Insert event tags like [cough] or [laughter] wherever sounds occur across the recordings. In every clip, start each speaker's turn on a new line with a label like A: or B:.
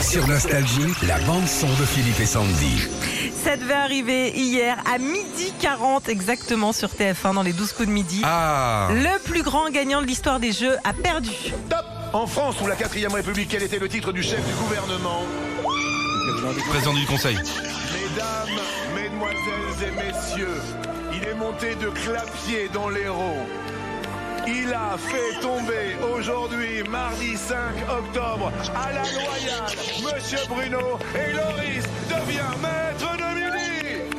A: Sur Nostalgie, la bande-son de Philippe et Sandy.
B: Ça devait arriver hier à midi 40 exactement sur TF1 dans les 12 coups de midi.
A: Ah
B: Le plus grand gagnant de l'histoire des jeux a perdu.
C: Top En France, sous la 4ème République, quel était le titre du chef du gouvernement
D: Président du conseil.
C: Mesdames, mesdemoiselles et messieurs, il est monté de clapier dans l'Hérault. Il a fait tomber aujourd'hui, mardi 5 octobre, à la loyale, Monsieur Bruno et Loris devient maître de midi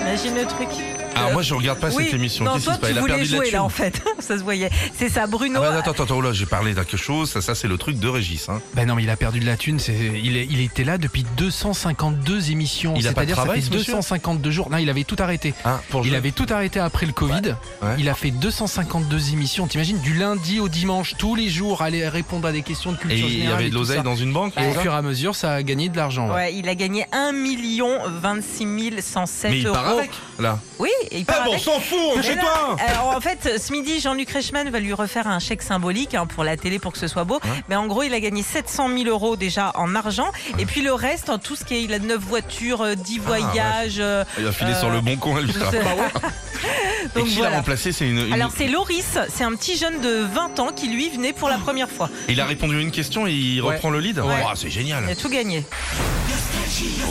B: Imagine le truc.
D: Alors Ah, moi je regarde pas
B: oui,
D: cette émission.
B: non,
D: Qu'est-ce qui
B: toi
D: se passe
B: tu
D: Il a
B: voulais
D: perdu de la
B: jouer
D: thune.
B: là en fait, [laughs] ça se voyait. C'est ça Bruno.
D: Ah bah, attends, attends, attends, oh là, j'ai parlé d'un quelque chose. Ça, ça c'est le truc de Régis. Hein.
E: Bah non, mais il a perdu de la thune. c'est- Il, est- il était là depuis 252 émissions.
D: Il a pas de
E: C'est-à-dire, ça
D: travail,
E: fait
D: ce monsieur
E: 252 jours. Non, il avait tout arrêté.
D: Hein, pour
E: Il
D: jouer.
E: avait tout arrêté après le Covid.
D: Ouais.
E: Il a fait 252 émissions. T'imagines, du lundi au dimanche, tous les jours, aller répondre à des questions de
D: Et
E: culture
D: il y
E: générale
D: avait
E: et
D: de
E: tout
D: l'oseille
E: ça.
D: dans une banque.
B: Bah,
E: Et
D: c'est
E: au
D: ça
E: fur et à mesure, ça a gagné de l'argent. ouais.
B: Ouais, il a gagné 1 26 107
D: Mais il
B: euros.
D: part Ah, avec là.
B: Oui, il part avec.
D: Eh, s'en fout,
B: Mais non, alors, en fait, ce midi, Jean-Luc Reichmann va lui refaire un chèque symbolique hein, pour la télé pour que ce soit beau.
D: Ouais.
B: Mais en gros, il a gagné 700 000 euros déjà en argent. Et puis le reste, en tout ce qui est, il a 9 voitures, euh, 10
D: Ah, ouais.
B: voyages. euh,
D: Il a filé
B: Euh,
D: sur le bon
B: [laughs]
D: coin, lui.
B: je
D: ça.
B: sais-
D: Et
B: Donc
D: qui l'a
B: voilà.
D: remplacé C'est une. une-
B: Alors c'est Loris, c'est un petit jeune de 20 ans qui lui venait pour la première fois.
D: Il a répondu à une question et il
E: Ouais.
D: reprend le lead.
B: Ouais.
D: Oh, c'est génial.
B: Il a tout gagné.